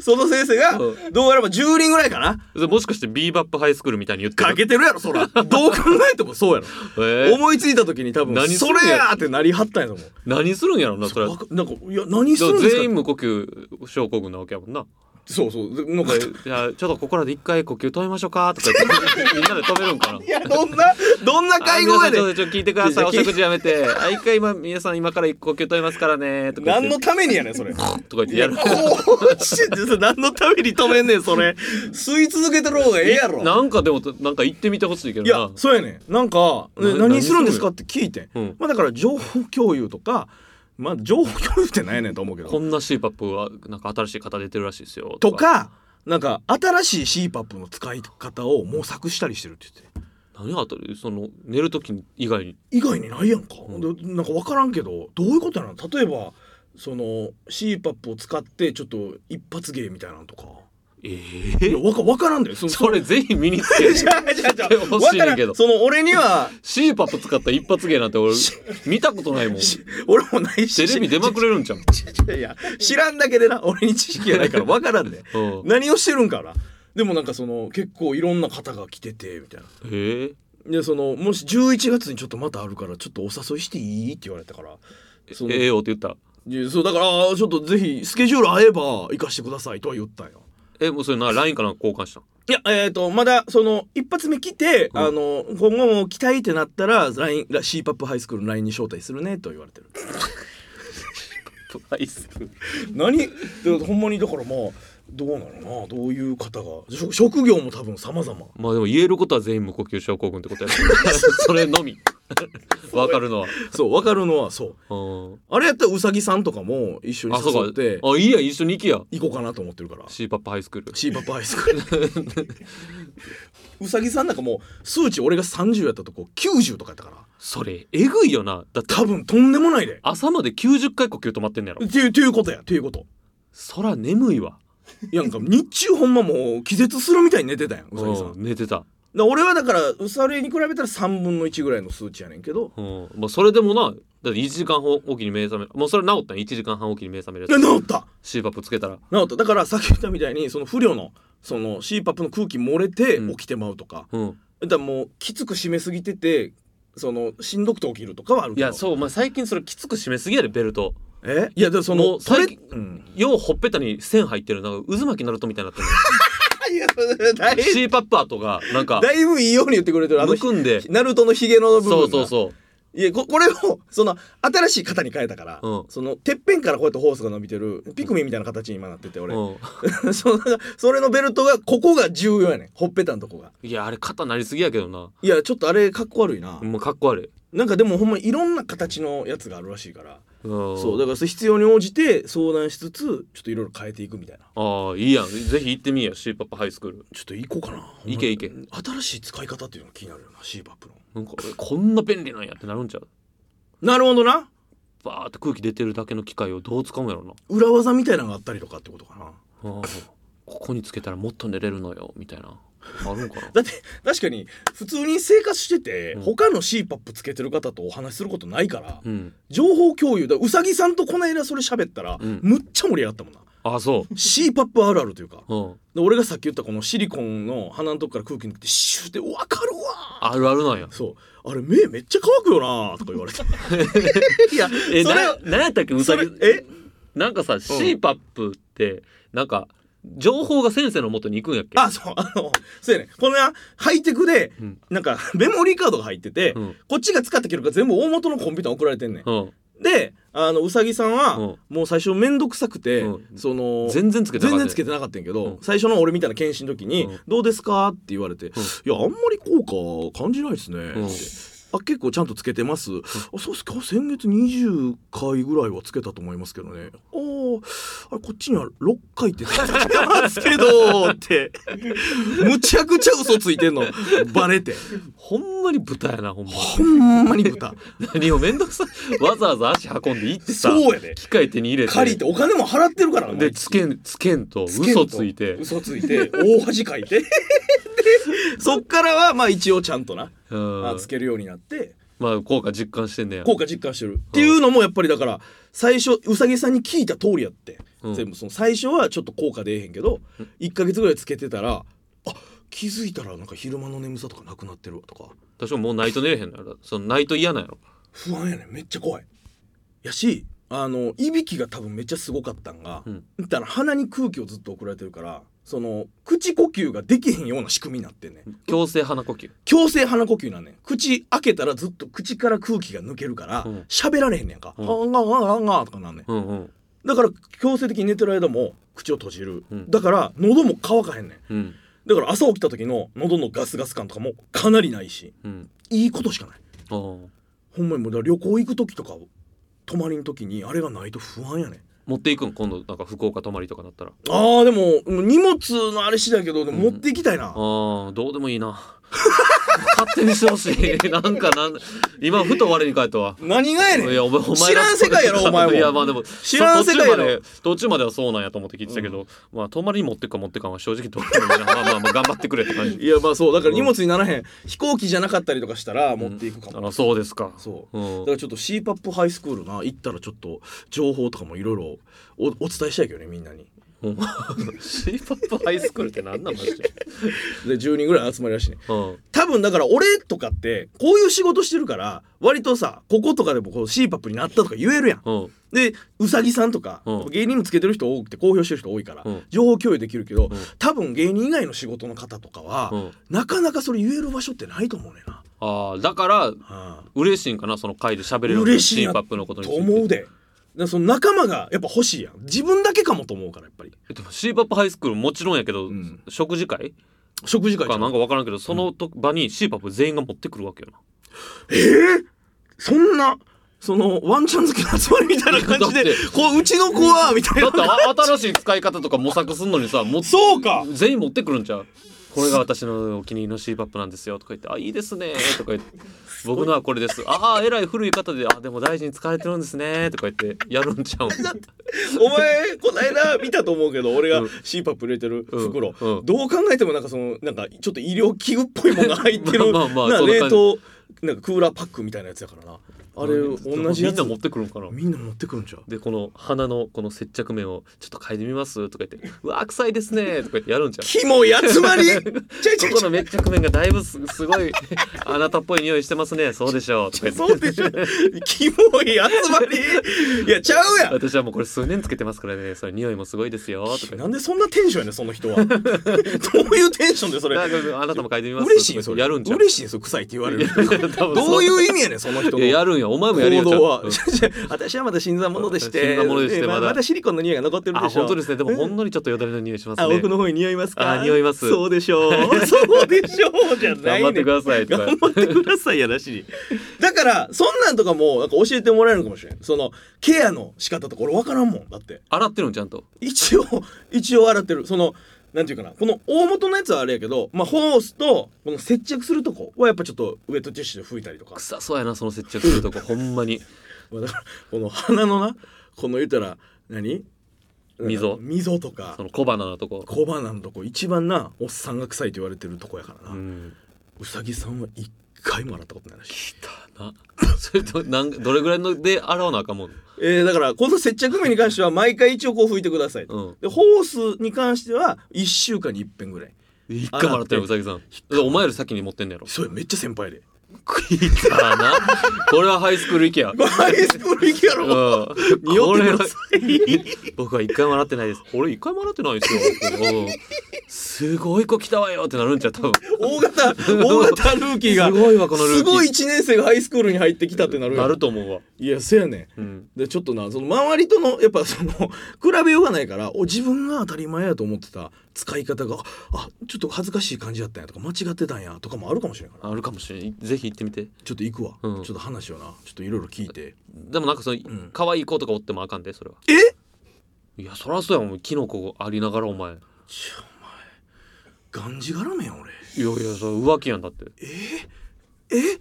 Speaker 3: その先生が、
Speaker 2: う
Speaker 3: どうやらば10人ぐらいかな
Speaker 2: もしかしてビーバップハイスクールみたいに言って
Speaker 3: か
Speaker 2: る
Speaker 3: けてるやろそらどう考えてもそうやろ、
Speaker 2: えー
Speaker 3: 思いついた時に多分
Speaker 2: 何す
Speaker 3: そ
Speaker 2: るんや
Speaker 3: れやーってなりはったんやと思う
Speaker 2: 何するんやろなそれ
Speaker 3: わかなんかいや何するんですか
Speaker 2: 全員無呼吸症候群なわけやもんな
Speaker 3: そうそうでなんか
Speaker 2: いやちょっとここらで一回呼吸止めましょうかとか言ってみんなで止めるんかない
Speaker 3: やどんなどんな会合や
Speaker 2: あ皆さ
Speaker 3: で
Speaker 2: んちょっとちょっと聞いてくださいお
Speaker 3: いや聞い
Speaker 2: 食事やめてあ一回今皆さん今から一呼吸止めますからねとか
Speaker 3: 何
Speaker 2: 言っ
Speaker 3: の
Speaker 2: て
Speaker 3: ためにやねんそれい
Speaker 2: とか言ってやる
Speaker 3: こうしてそれ何のために止めんねんそれ吸い続けてる方がええやろ
Speaker 2: なんかでもなんか行ってみてほしいけ
Speaker 3: いや
Speaker 2: どな
Speaker 3: そうやねんなんか、ね
Speaker 2: な
Speaker 3: 何するんですかって聞いてん、
Speaker 2: うん
Speaker 3: まあだから情報共有とかまあ情報共有ってないねんと思うけ
Speaker 2: こ
Speaker 3: ど
Speaker 2: んな CPAP はなんか新しい方出てるらしいですよ
Speaker 3: とかなんか新しい CPAP の使い方を模索したりしてるって言って
Speaker 2: 何があったりその寝る時以外に
Speaker 3: 以外にないやんか、
Speaker 2: うん
Speaker 3: でなんか分からんけどどういうことなの例えばその CPAP を使ってちょっと一発芸みたいなのとか
Speaker 2: え
Speaker 3: いや
Speaker 2: ー
Speaker 3: わかわからんだよその
Speaker 2: それぜひ身につけ
Speaker 3: じゃあじゃあじゃ
Speaker 2: 欲しいねんけど
Speaker 3: その俺には
Speaker 2: CPAP 使った一発芸なんて俺見たことないもん
Speaker 3: 俺もないし
Speaker 2: テレビ出まくれるんちゃう
Speaker 3: いやいや知らんだけでな俺に知識がないからわからんで、
Speaker 2: うん
Speaker 3: 何をしてるんかなでもなんかその結構いろんな方が来ててみたいな
Speaker 2: ええ
Speaker 3: でそのもし11月にちょっとまたあるからちょっとお誘いしていいって言われたからその
Speaker 2: ええよって言ったら
Speaker 3: いやそうだからあーちょっとぜひスケジュール合えば行かしてくださいとは言ったんよ
Speaker 2: えもうそれな LINE かなんか交換したの
Speaker 3: いやえっ、とまだその一発目来て、
Speaker 2: うん
Speaker 3: あの今後も来たいってなったら LINE ら CPAP ハイスクールの LINE に招待するねと言われてる
Speaker 2: アイスクール
Speaker 3: 何でほんまにだからまあどうなのなどういう方が職職業も多分様々
Speaker 2: まあでも言えることは全員無呼吸症候群ってことやね それのみわかるのは
Speaker 3: そう分かるのはそう
Speaker 2: うん
Speaker 3: あれやったらうさぎさんとかも一緒に
Speaker 2: あそ
Speaker 3: 誘
Speaker 2: う
Speaker 3: っ
Speaker 2: か
Speaker 3: て
Speaker 2: あいいや一緒に行きや
Speaker 3: 行こうかなと思ってるから
Speaker 2: CPAP ハイスクール
Speaker 3: CPAP ハイスクール うさぎさんなんかもう数値俺が30やったとこ90とかやったから
Speaker 2: それえぐいよなだって
Speaker 3: 多分とんでもないで
Speaker 2: 朝まで90回呼吸止まってんのやろ
Speaker 3: っていうっていうことやっていうこと
Speaker 2: そら眠いわ
Speaker 3: いやなんか日中ほんまもう気絶するみたいに寝てたやんうさぎさん
Speaker 2: うん寝てた
Speaker 3: だ俺はだからうさぎに比べたら3分の1ぐらいの数値やねんけど
Speaker 2: うんまあそれでもなだって1時間ほおきに目覚めるもうそれ治ったん1時間半おきに目覚める
Speaker 3: いや
Speaker 2: や
Speaker 3: 治った
Speaker 2: つ CPAP つけたら
Speaker 3: 治っただからさっき言ったみたいにその不良のその CPAP の空気漏れて
Speaker 2: うん
Speaker 3: 起きてまうとか、
Speaker 2: うん
Speaker 3: だからもうきつく締めすぎててそのしんどくて起きるとかはある
Speaker 2: い
Speaker 3: けど
Speaker 2: やそうまあ最近それきつく締めすぎやでベルト
Speaker 3: えいやでもそ
Speaker 2: も
Speaker 3: の
Speaker 2: う
Speaker 3: それ、
Speaker 2: 最近
Speaker 3: うん、
Speaker 2: ようほっぺたに線入ってるなんか渦巻きナルトみたいになってる
Speaker 3: いやだい
Speaker 2: CPAP 跡がなんか
Speaker 3: だいぶいいように言ってくれてるあの
Speaker 2: むくんで
Speaker 3: ナルトのヒゲの部分が
Speaker 2: そうそうそう
Speaker 3: いやここれをその新しい型に変えたから、
Speaker 2: うん
Speaker 3: そのてっぺんからこうやってホースが伸びてるピクミンみたいな形に今なってて俺、
Speaker 2: う ん
Speaker 3: そのそれのベルトがここが重要やねんほっぺたのとこが
Speaker 2: いやあれ肩なりすぎやけどない
Speaker 3: やちょっとあれかっこ悪いな、
Speaker 2: もうかっこ悪い
Speaker 3: なんかでもほんまいろんな形のやつがあるらしいから、
Speaker 2: そ
Speaker 3: そうだからそれ必要に応じて相談しつつちょっといろいろ変えていくみたいな
Speaker 2: ああいいやんぜひ行ってみやシーパッパハイスクール
Speaker 3: ちょっと行こうかな
Speaker 2: 行け行け
Speaker 3: 新しい使い方っていうのが気になるよな c バップの
Speaker 2: なんかえこんな便利なんやってなるんちゃう
Speaker 3: なるほどな
Speaker 2: バーって空気出てるだけの機械をどう使うんやろな
Speaker 3: 裏技みたいなのがあったりとかってことかな
Speaker 2: あーここにつけたらもっと寝れるのよみたいなあるんかな
Speaker 3: だって確かに普通に生活してて、
Speaker 2: うん
Speaker 3: 他の c パップつけてる方とお話しすることないから、
Speaker 2: うん
Speaker 3: 情報共有だうさぎさんとこの間それ喋ったら、
Speaker 2: うん
Speaker 3: むっちゃ盛り上がったもんな
Speaker 2: あそ
Speaker 3: c パップあるあるというか
Speaker 2: う、うん、
Speaker 3: で俺がさっき言ったこのシリコンの鼻のとこから空気抜けてシューって分かるわ
Speaker 2: あるあるなんや
Speaker 3: そうあれ目めっちゃ乾くよなとか言われて いや
Speaker 2: え
Speaker 3: それ
Speaker 2: ななんやったっけう
Speaker 3: そ
Speaker 2: さ
Speaker 3: れ
Speaker 2: ぎ
Speaker 3: え
Speaker 2: なんかさ CPAP ってなんか情報が先生のもとに行くんやっけ
Speaker 3: あそうあのそうやねこのなハイテクで
Speaker 2: うん
Speaker 3: なんかメモリーカードが入ってて、
Speaker 2: うん
Speaker 3: こっちが使った記録が全部大元のコンピューターに送られてんねん、
Speaker 2: うん
Speaker 3: であのうさぎさんは、
Speaker 2: うん
Speaker 3: もう最初面倒くさくて、
Speaker 2: うん
Speaker 3: その
Speaker 2: 全然つけてなか
Speaker 3: 全然
Speaker 2: った
Speaker 3: つけてなかったんやけど、
Speaker 2: うん
Speaker 3: 最初の俺みたいな検診の時に「
Speaker 2: うん
Speaker 3: どうですか?」って言われて「いやあんまり効果感じないですね」って。
Speaker 2: うん
Speaker 3: あ結構ちゃんとつけてます、あそうっすか先月20回ぐらいはつけたと思いますけどねあーあれこっちには6回ってついてますけど ってむちゃくちゃ嘘ついてんのバレて
Speaker 2: ほんまに豚やなほんま
Speaker 3: ほんまに豚
Speaker 2: 何をめんどくさいわざわざ足運んで行ってさ
Speaker 3: そうやで
Speaker 2: 機械手に入れて
Speaker 3: 借りてお金も払ってるからな
Speaker 2: でつけんつけんと
Speaker 3: つけんと
Speaker 2: 嘘ついて
Speaker 3: 嘘ついて大恥かいてで そっからはまあ一応ちゃんとな、
Speaker 2: うん
Speaker 3: まあ、つけるようになって
Speaker 2: まあ効果実感してんねや
Speaker 3: 効果実感してるっていうのもやっぱりだから最初うさぎさんに聞いた通りやって、
Speaker 2: うん
Speaker 3: 全部その最初はちょっと効果出えへんけど、1か月ぐらいつけてたらあ気づいたらなんか昼間の眠さとかなくなってるわとか
Speaker 2: 私ももうナイト寝れへんのやろそのナイト嫌なんやろ
Speaker 3: 不安やねんめっちゃ怖いやしあのいびきが多分めっちゃすごかったんが、
Speaker 2: うん
Speaker 3: だから鼻に空気をずっと送られてるからその口呼吸ができへんような仕組みになってんねん
Speaker 2: 強制鼻呼吸
Speaker 3: 強制鼻呼吸なんねん口開けたらずっと口から空気が抜けるから
Speaker 2: うん
Speaker 3: 喋、られへんねやんか「あ
Speaker 2: うん
Speaker 3: んがんがんがん」とかなんねん
Speaker 2: うんうん
Speaker 3: だから強制的に寝てる間も口を閉じる、
Speaker 2: うん
Speaker 3: だから喉も乾かへんねん
Speaker 2: うん
Speaker 3: だから朝起きた時の喉のガスガス感とかもかなりないし
Speaker 2: うん
Speaker 3: いいことしかない
Speaker 2: あー
Speaker 3: ほんまにもうだから旅行行く時とか泊まりの時にあれがないと不安やねん
Speaker 2: 持っていくん今度なんか福岡泊まりとかなったら
Speaker 3: あーでももう荷物のあれ次第やけどでも持っていきたいな、
Speaker 2: ああどうでもいいな 勝手にしてほしいなんかなん今ふと我に返ったわ
Speaker 3: 何がやねん
Speaker 2: いやお前お前
Speaker 3: 知らん世界やろお前も
Speaker 2: いやまあでも
Speaker 3: 知らん世界やろ
Speaker 2: 途中まで途中まではそうなんやと思って聞いてたけど、まあ泊まりに持ってくか持ってかんは正直どうでもいいなまあまあまあ頑張ってくれって感じ
Speaker 3: いやまあそうだから荷物にならへん、飛行機じゃなかったりとかしたら持っていくかも、
Speaker 2: あそうですか、
Speaker 3: そうだ
Speaker 2: ん
Speaker 3: か、らちょっと CPAP ハイスクールな行ったらちょっと情報とかもいろいろおお伝えしたいけどねみんなに
Speaker 2: ほんま CPAP ハイスクールってなんなんマジで、
Speaker 3: で10人ぐらい集まりらしいね
Speaker 2: うん、
Speaker 3: 多分だから俺とかってこういう仕事してるから割とさこことかでもこう CPAP になったとか言えるやん
Speaker 2: うん、
Speaker 3: でうさぎさんとか、
Speaker 2: うん
Speaker 3: 芸人もつけてる人多くて公表してる人多いから、
Speaker 2: うん
Speaker 3: 情報共有できるけど、
Speaker 2: ん
Speaker 3: 多分芸人以外の仕事の方とかは、
Speaker 2: うん
Speaker 3: なかなかそれ言える場所ってないと思うねんな、
Speaker 2: ああだから
Speaker 3: ああ
Speaker 2: 嬉しいんかなその回で喋れる
Speaker 3: 嬉しいや
Speaker 2: CPAP のことに
Speaker 3: と
Speaker 2: ついて
Speaker 3: 思うでだからその仲間がやっぱ欲しいやん自分だけかもと思うからやっぱり
Speaker 2: でも CPAP ハイスクールもちろんやけど、
Speaker 3: ん
Speaker 2: 食事会
Speaker 3: 食事会
Speaker 2: かなんか分からんけどそのと場に CPAP 全員が持ってくるわけよな
Speaker 3: えーそんなそのワンチャン好きの集まりみたいな感じで
Speaker 2: だって
Speaker 3: こううちの子はみたいな
Speaker 2: だってあ新しい使い方とか模索すんのにさもう
Speaker 3: そうか
Speaker 2: 全員持ってくるんちゃうこれが私のお気に入りの CPAP なんですよとか言って「あいいですね」とか言って「僕のはこれです」「ああえらい古い方であでも大事に使われてるんですね」とか言ってやるんちゃうん
Speaker 3: お前こないだ見たと思うけど俺が
Speaker 2: うん
Speaker 3: CPAP 入れてる袋、
Speaker 2: うんうん
Speaker 3: どう考えてもなんかそのなんかちょっと医療器具っぽいものが入ってる
Speaker 2: まあまあま
Speaker 3: な
Speaker 2: あそんな
Speaker 3: 冷
Speaker 2: 感じ
Speaker 3: 凍なんかクーラーパックみたいなやつやからなあれ同じやつ
Speaker 2: みんな持ってくるんかな
Speaker 3: みんな持ってくるんちゃう
Speaker 2: でこの鼻のこの接着面をちょっと嗅いでみますとか言って「うわ臭いですね」とか言ってやるんじゃん
Speaker 3: キモいやつま りちょいちょい
Speaker 2: ここ
Speaker 3: ちょ
Speaker 2: の
Speaker 3: い
Speaker 2: 接着面がだいぶすすごいあなたっぽい匂いしてますねそうでしょうとか言って
Speaker 3: そうでしょキモいやつまりいやちゃう やん
Speaker 2: 私はもうこれ数年つけてますからねそれ匂いもすごいですよとか言
Speaker 3: な
Speaker 2: っ
Speaker 3: んでそんなテンションやねんその 人はどういうテンションでそ
Speaker 2: て
Speaker 3: れ
Speaker 2: なんかあなたも嗅いでみます
Speaker 3: 嬉しいんそれ
Speaker 2: やるんじゃん
Speaker 3: 嬉しいんですよ臭いって言われるどう
Speaker 2: う
Speaker 3: いう意味やねんその人
Speaker 2: いや
Speaker 3: の
Speaker 2: やるんやお前もやる
Speaker 3: 行
Speaker 2: よ
Speaker 3: 動は
Speaker 2: ちゃんと
Speaker 3: 私はまだ新参者でして
Speaker 2: 新参者でして
Speaker 3: えーまあ
Speaker 2: まだ
Speaker 3: まだシリコンの匂いが残ってる
Speaker 2: あ
Speaker 3: でしょ
Speaker 2: 本当ですねでもほんのりちょっとよだれの匂いします
Speaker 3: あ
Speaker 2: ね
Speaker 3: 奥の方に匂いますか
Speaker 2: あ匂います
Speaker 3: そうでしょ うそうでしょうじゃな
Speaker 2: 頑
Speaker 3: い
Speaker 2: 張
Speaker 3: ね
Speaker 2: ってくださいとか
Speaker 3: 頑張ってくださいやらしいだからそんなんとかもなんか教えてもらえるのかもしれんそのケアの仕方とか俺分からんもんだって
Speaker 2: 洗ってるんちゃんと
Speaker 3: 一応 一応洗ってるそのなんていうかなこの大元のやつはあれやけど、まあ、ホースとこの接着するとこはやっぱちょっとウェットティッシュで拭いたりとか
Speaker 2: 臭そうやなその接着するとこほんまに
Speaker 3: まあだからこの鼻のなこの言ったら何
Speaker 2: 溝
Speaker 3: 溝とか
Speaker 2: その小鼻のとこ
Speaker 3: 小鼻のとこ一番なおっさんが臭いと言われてるとこやからな、
Speaker 2: う
Speaker 3: うんさぎさんは一回も洗ったことないらしい
Speaker 2: な それとなんどれぐらいので洗わなあかんもん
Speaker 3: えーだからこの接着面に関しては毎回一応こう拭いてくださいと、
Speaker 2: うん
Speaker 3: でホースに関しては1週間に一遍ぐらい
Speaker 2: 一回も洗ってないうさぎさん
Speaker 3: 回も
Speaker 2: お前より先に持ってんねやろ
Speaker 3: それめっちゃ先輩で
Speaker 2: いたなこれはハイスクール行けや
Speaker 3: ハイスクール行きや
Speaker 2: う
Speaker 3: ろ
Speaker 2: ん
Speaker 3: 匂ってくださ
Speaker 2: 僕は一回も洗ってないです俺一回も洗ってないですようんすごい子来たわよってなるんちゃう多分
Speaker 3: 大型 大型ルーキーが
Speaker 2: すごいわこのルーキ
Speaker 3: す
Speaker 2: ー
Speaker 3: ごい1年生がハイスクールに入ってきたってなるよ
Speaker 2: なると思うわ
Speaker 3: いやせやねん
Speaker 2: うん
Speaker 3: でちょっとなその周りとのやっぱその 比べようがないからお自分が当たり前やと思ってた使い方があちょっと恥ずかしい感じだったんやとか間違ってたんやとかもあるかもしれないから
Speaker 2: あるかもしれないぜひ行ってみて
Speaker 3: ちょっと行くわ、
Speaker 2: うん
Speaker 3: ちょっと話をなちょっといろいろ聞いて
Speaker 2: でもなんかその
Speaker 3: ん
Speaker 2: 可愛い子とかおってもあかんでそれは
Speaker 3: え
Speaker 2: いやそらそうやもんキノコありながらお前い
Speaker 3: ちょお前がんじがらめやん俺
Speaker 2: やいやそれ浮気やんだって
Speaker 3: え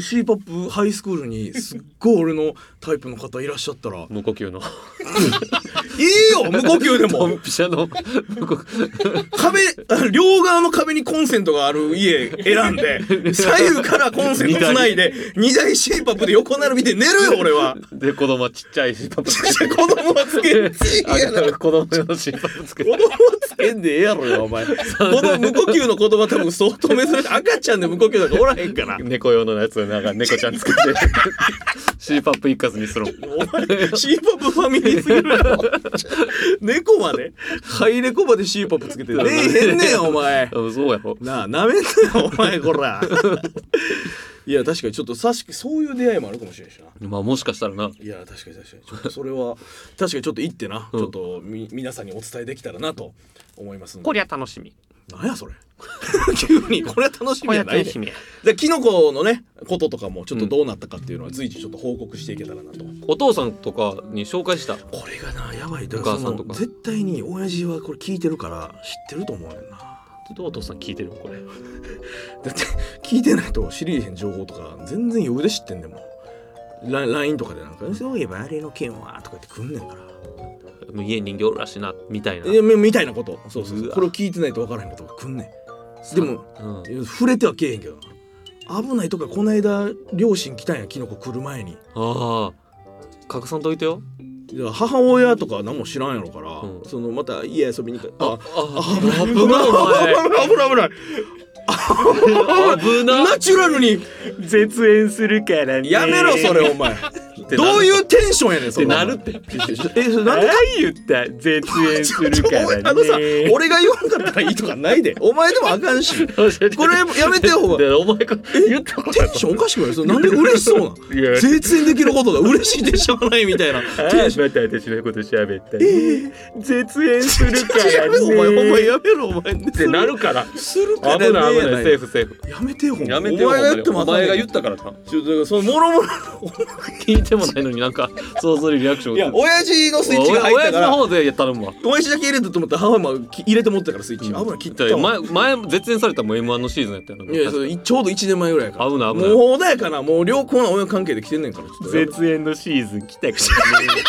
Speaker 3: c ポップハイスクールにすっごい俺のタイプの方いらっしゃったらいい
Speaker 2: 無呼吸の
Speaker 3: よ無呼吸で
Speaker 2: ド
Speaker 3: も
Speaker 2: ンピシャの 無呼吸
Speaker 3: 壁あ両側の壁にコンセントがある家選んで 左右からコンセントつないで2台 c ポップで横並びで寝るよ俺は
Speaker 2: で子供はちっちゃいしパパつ
Speaker 3: 子供はつけんちいやな子
Speaker 2: 子供用の心配つけ
Speaker 3: 供
Speaker 2: て
Speaker 3: はつけんでええやろよお前子供無呼吸の言葉多分相当珍しい赤ちゃんで無呼吸なんかおらへんから
Speaker 2: 猫用のやつなんか猫ちゃ んつけてシーパップ一括にする
Speaker 3: お前 C ポップファミリーすぎるやろ猫までハイレコまで C ポップつけてねえへんねんお前
Speaker 2: うんそうやろ
Speaker 3: なあなめんなよお前こらいや確かにちょっとさしそういう出会いもあるかもしれんしな
Speaker 2: まあもしかしたらない
Speaker 3: や確かに確かにちょっとそれは確かにちょっと行ってな、
Speaker 2: うん
Speaker 3: ちょっとみ皆さんにお伝えできたらなと思いますの
Speaker 2: こ
Speaker 3: で
Speaker 2: りゃ楽しみ
Speaker 3: なんやそれ 急にこれは楽し
Speaker 2: こ
Speaker 3: み
Speaker 2: り
Speaker 3: や
Speaker 2: ゃ
Speaker 3: ない
Speaker 2: 楽
Speaker 3: で
Speaker 2: しみや
Speaker 3: でキノコのねこととかもちょっとどうなったかっていうのは随時ちょっと報告していけたらなと、
Speaker 2: お父さんとかに紹介した
Speaker 3: これがなやばいだ
Speaker 2: お
Speaker 3: から
Speaker 2: 母さんと
Speaker 3: その
Speaker 2: か
Speaker 3: 絶対に親父はこれ聞いてるから知ってると思うねんな
Speaker 2: お父さん聞いてるこれ
Speaker 3: だって聞いてないと知りえへん情報とか全然余裕で知ってんでもんラ LINE とかでなんか「そういえばあれの件は」とか言ってくんねんから
Speaker 2: もう家に人形おるらしいなみたいない
Speaker 3: やみみたいなことそうそうそう
Speaker 2: うわ
Speaker 3: これを聞いてないと分からへんことがくんねんでも
Speaker 2: うん
Speaker 3: いや触れてはけえへんけどな危ないとかこないだ両親来たんやキノコ来る前に
Speaker 2: ああ隠さんといてよ
Speaker 3: だから母親とか何も知らんやろから、
Speaker 2: うん
Speaker 3: そのまた家遊びに行ったあ
Speaker 2: あ
Speaker 3: 危ない危
Speaker 2: 危
Speaker 3: な
Speaker 2: ないお前
Speaker 3: い危ない危ない
Speaker 2: 危な
Speaker 3: ナチュラルに
Speaker 2: 絶縁するからね
Speaker 3: やめろそれお前
Speaker 2: てなる
Speaker 3: どういうテンションやねんそれ
Speaker 2: ってなるって
Speaker 3: えそれなんで
Speaker 2: 言った絶縁する
Speaker 3: あのさ俺が言わんかったらいいとかないでお前でもあかん しテこれやめてよお前
Speaker 2: お前こ言ったこと
Speaker 3: ンションおかしくないそれなんで嬉しそうなん
Speaker 2: いや
Speaker 3: 絶縁できることが嬉しいでしょうがないみ たいなテンション
Speaker 2: また私のこと喋った、ね絶縁するか
Speaker 3: や
Speaker 2: ら
Speaker 3: めろお
Speaker 2: ね
Speaker 3: 前お前やめろお前っ
Speaker 2: ってなるから
Speaker 3: するからね
Speaker 2: 危ない危
Speaker 3: や
Speaker 2: ないセーフセーフ
Speaker 3: やめてよほんま
Speaker 2: やめてよ
Speaker 3: お前が言っても
Speaker 2: お
Speaker 3: あかんね
Speaker 2: 前
Speaker 3: ん
Speaker 2: が言ったからな
Speaker 3: ちょっとだからそのもろもろ
Speaker 2: 聞いてもないのになんか想像よりリアクション
Speaker 3: いや
Speaker 2: が
Speaker 3: 親父のスイッチが入っ
Speaker 2: 親
Speaker 3: た
Speaker 2: 父
Speaker 3: か
Speaker 2: の
Speaker 3: ら
Speaker 2: 方で頼むわ
Speaker 3: 親父だけ入れたと思ったら母も入れて持ってたからスイッチ危ない切ったわ
Speaker 2: 前前絶縁されたも M1 のシーズンやったよない
Speaker 3: やそれちょうど1年前ぐらいやから
Speaker 2: 危ない危な
Speaker 3: も
Speaker 2: い
Speaker 3: う穏やかなもう良好な親関係で来てんねんからちょっとやめ
Speaker 2: 縁のシーズン来たからね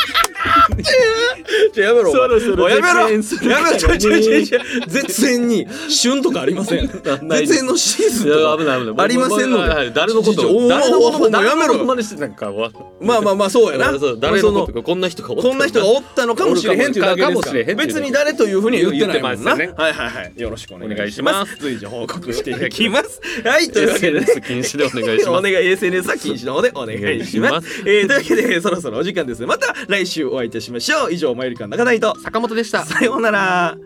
Speaker 3: ちょやめろお前
Speaker 2: そろ
Speaker 3: おいやめろやめろ
Speaker 2: 絶縁する
Speaker 3: ちょいちょいちょいちょい絶縁に旬とかありません
Speaker 2: ない
Speaker 3: 絶縁のシーズン
Speaker 2: いや
Speaker 3: と
Speaker 2: 危ない危ない
Speaker 3: ありませんので
Speaker 2: はいはい誰のこ
Speaker 3: ちょちょ
Speaker 2: と
Speaker 3: お
Speaker 2: 誰のこ
Speaker 3: おお
Speaker 2: とも
Speaker 3: やめろ
Speaker 2: 誰のこと真似してなんかわ
Speaker 3: かまあまあまあそうやな
Speaker 2: そう誰
Speaker 3: その
Speaker 2: のことかこんな人がおった
Speaker 3: こんな人がおったのかもしれへんっていうだけですから別に誰というふうには言ってないもんな、
Speaker 2: 言って
Speaker 3: はいはいはいよろしくお願いしま
Speaker 2: お願いします
Speaker 3: 随時報告していただきますはいというわけでね
Speaker 2: SNS 禁止でお願いし
Speaker 3: お
Speaker 2: ます
Speaker 3: 願い SNS は禁止の方でお願いし
Speaker 2: お願
Speaker 3: ま
Speaker 2: い
Speaker 3: す。えーというわけでそろそろお時間ですね。また来週お会いいたしましょう。以上マイルカン中台と
Speaker 2: 坂本でした
Speaker 3: さようなら。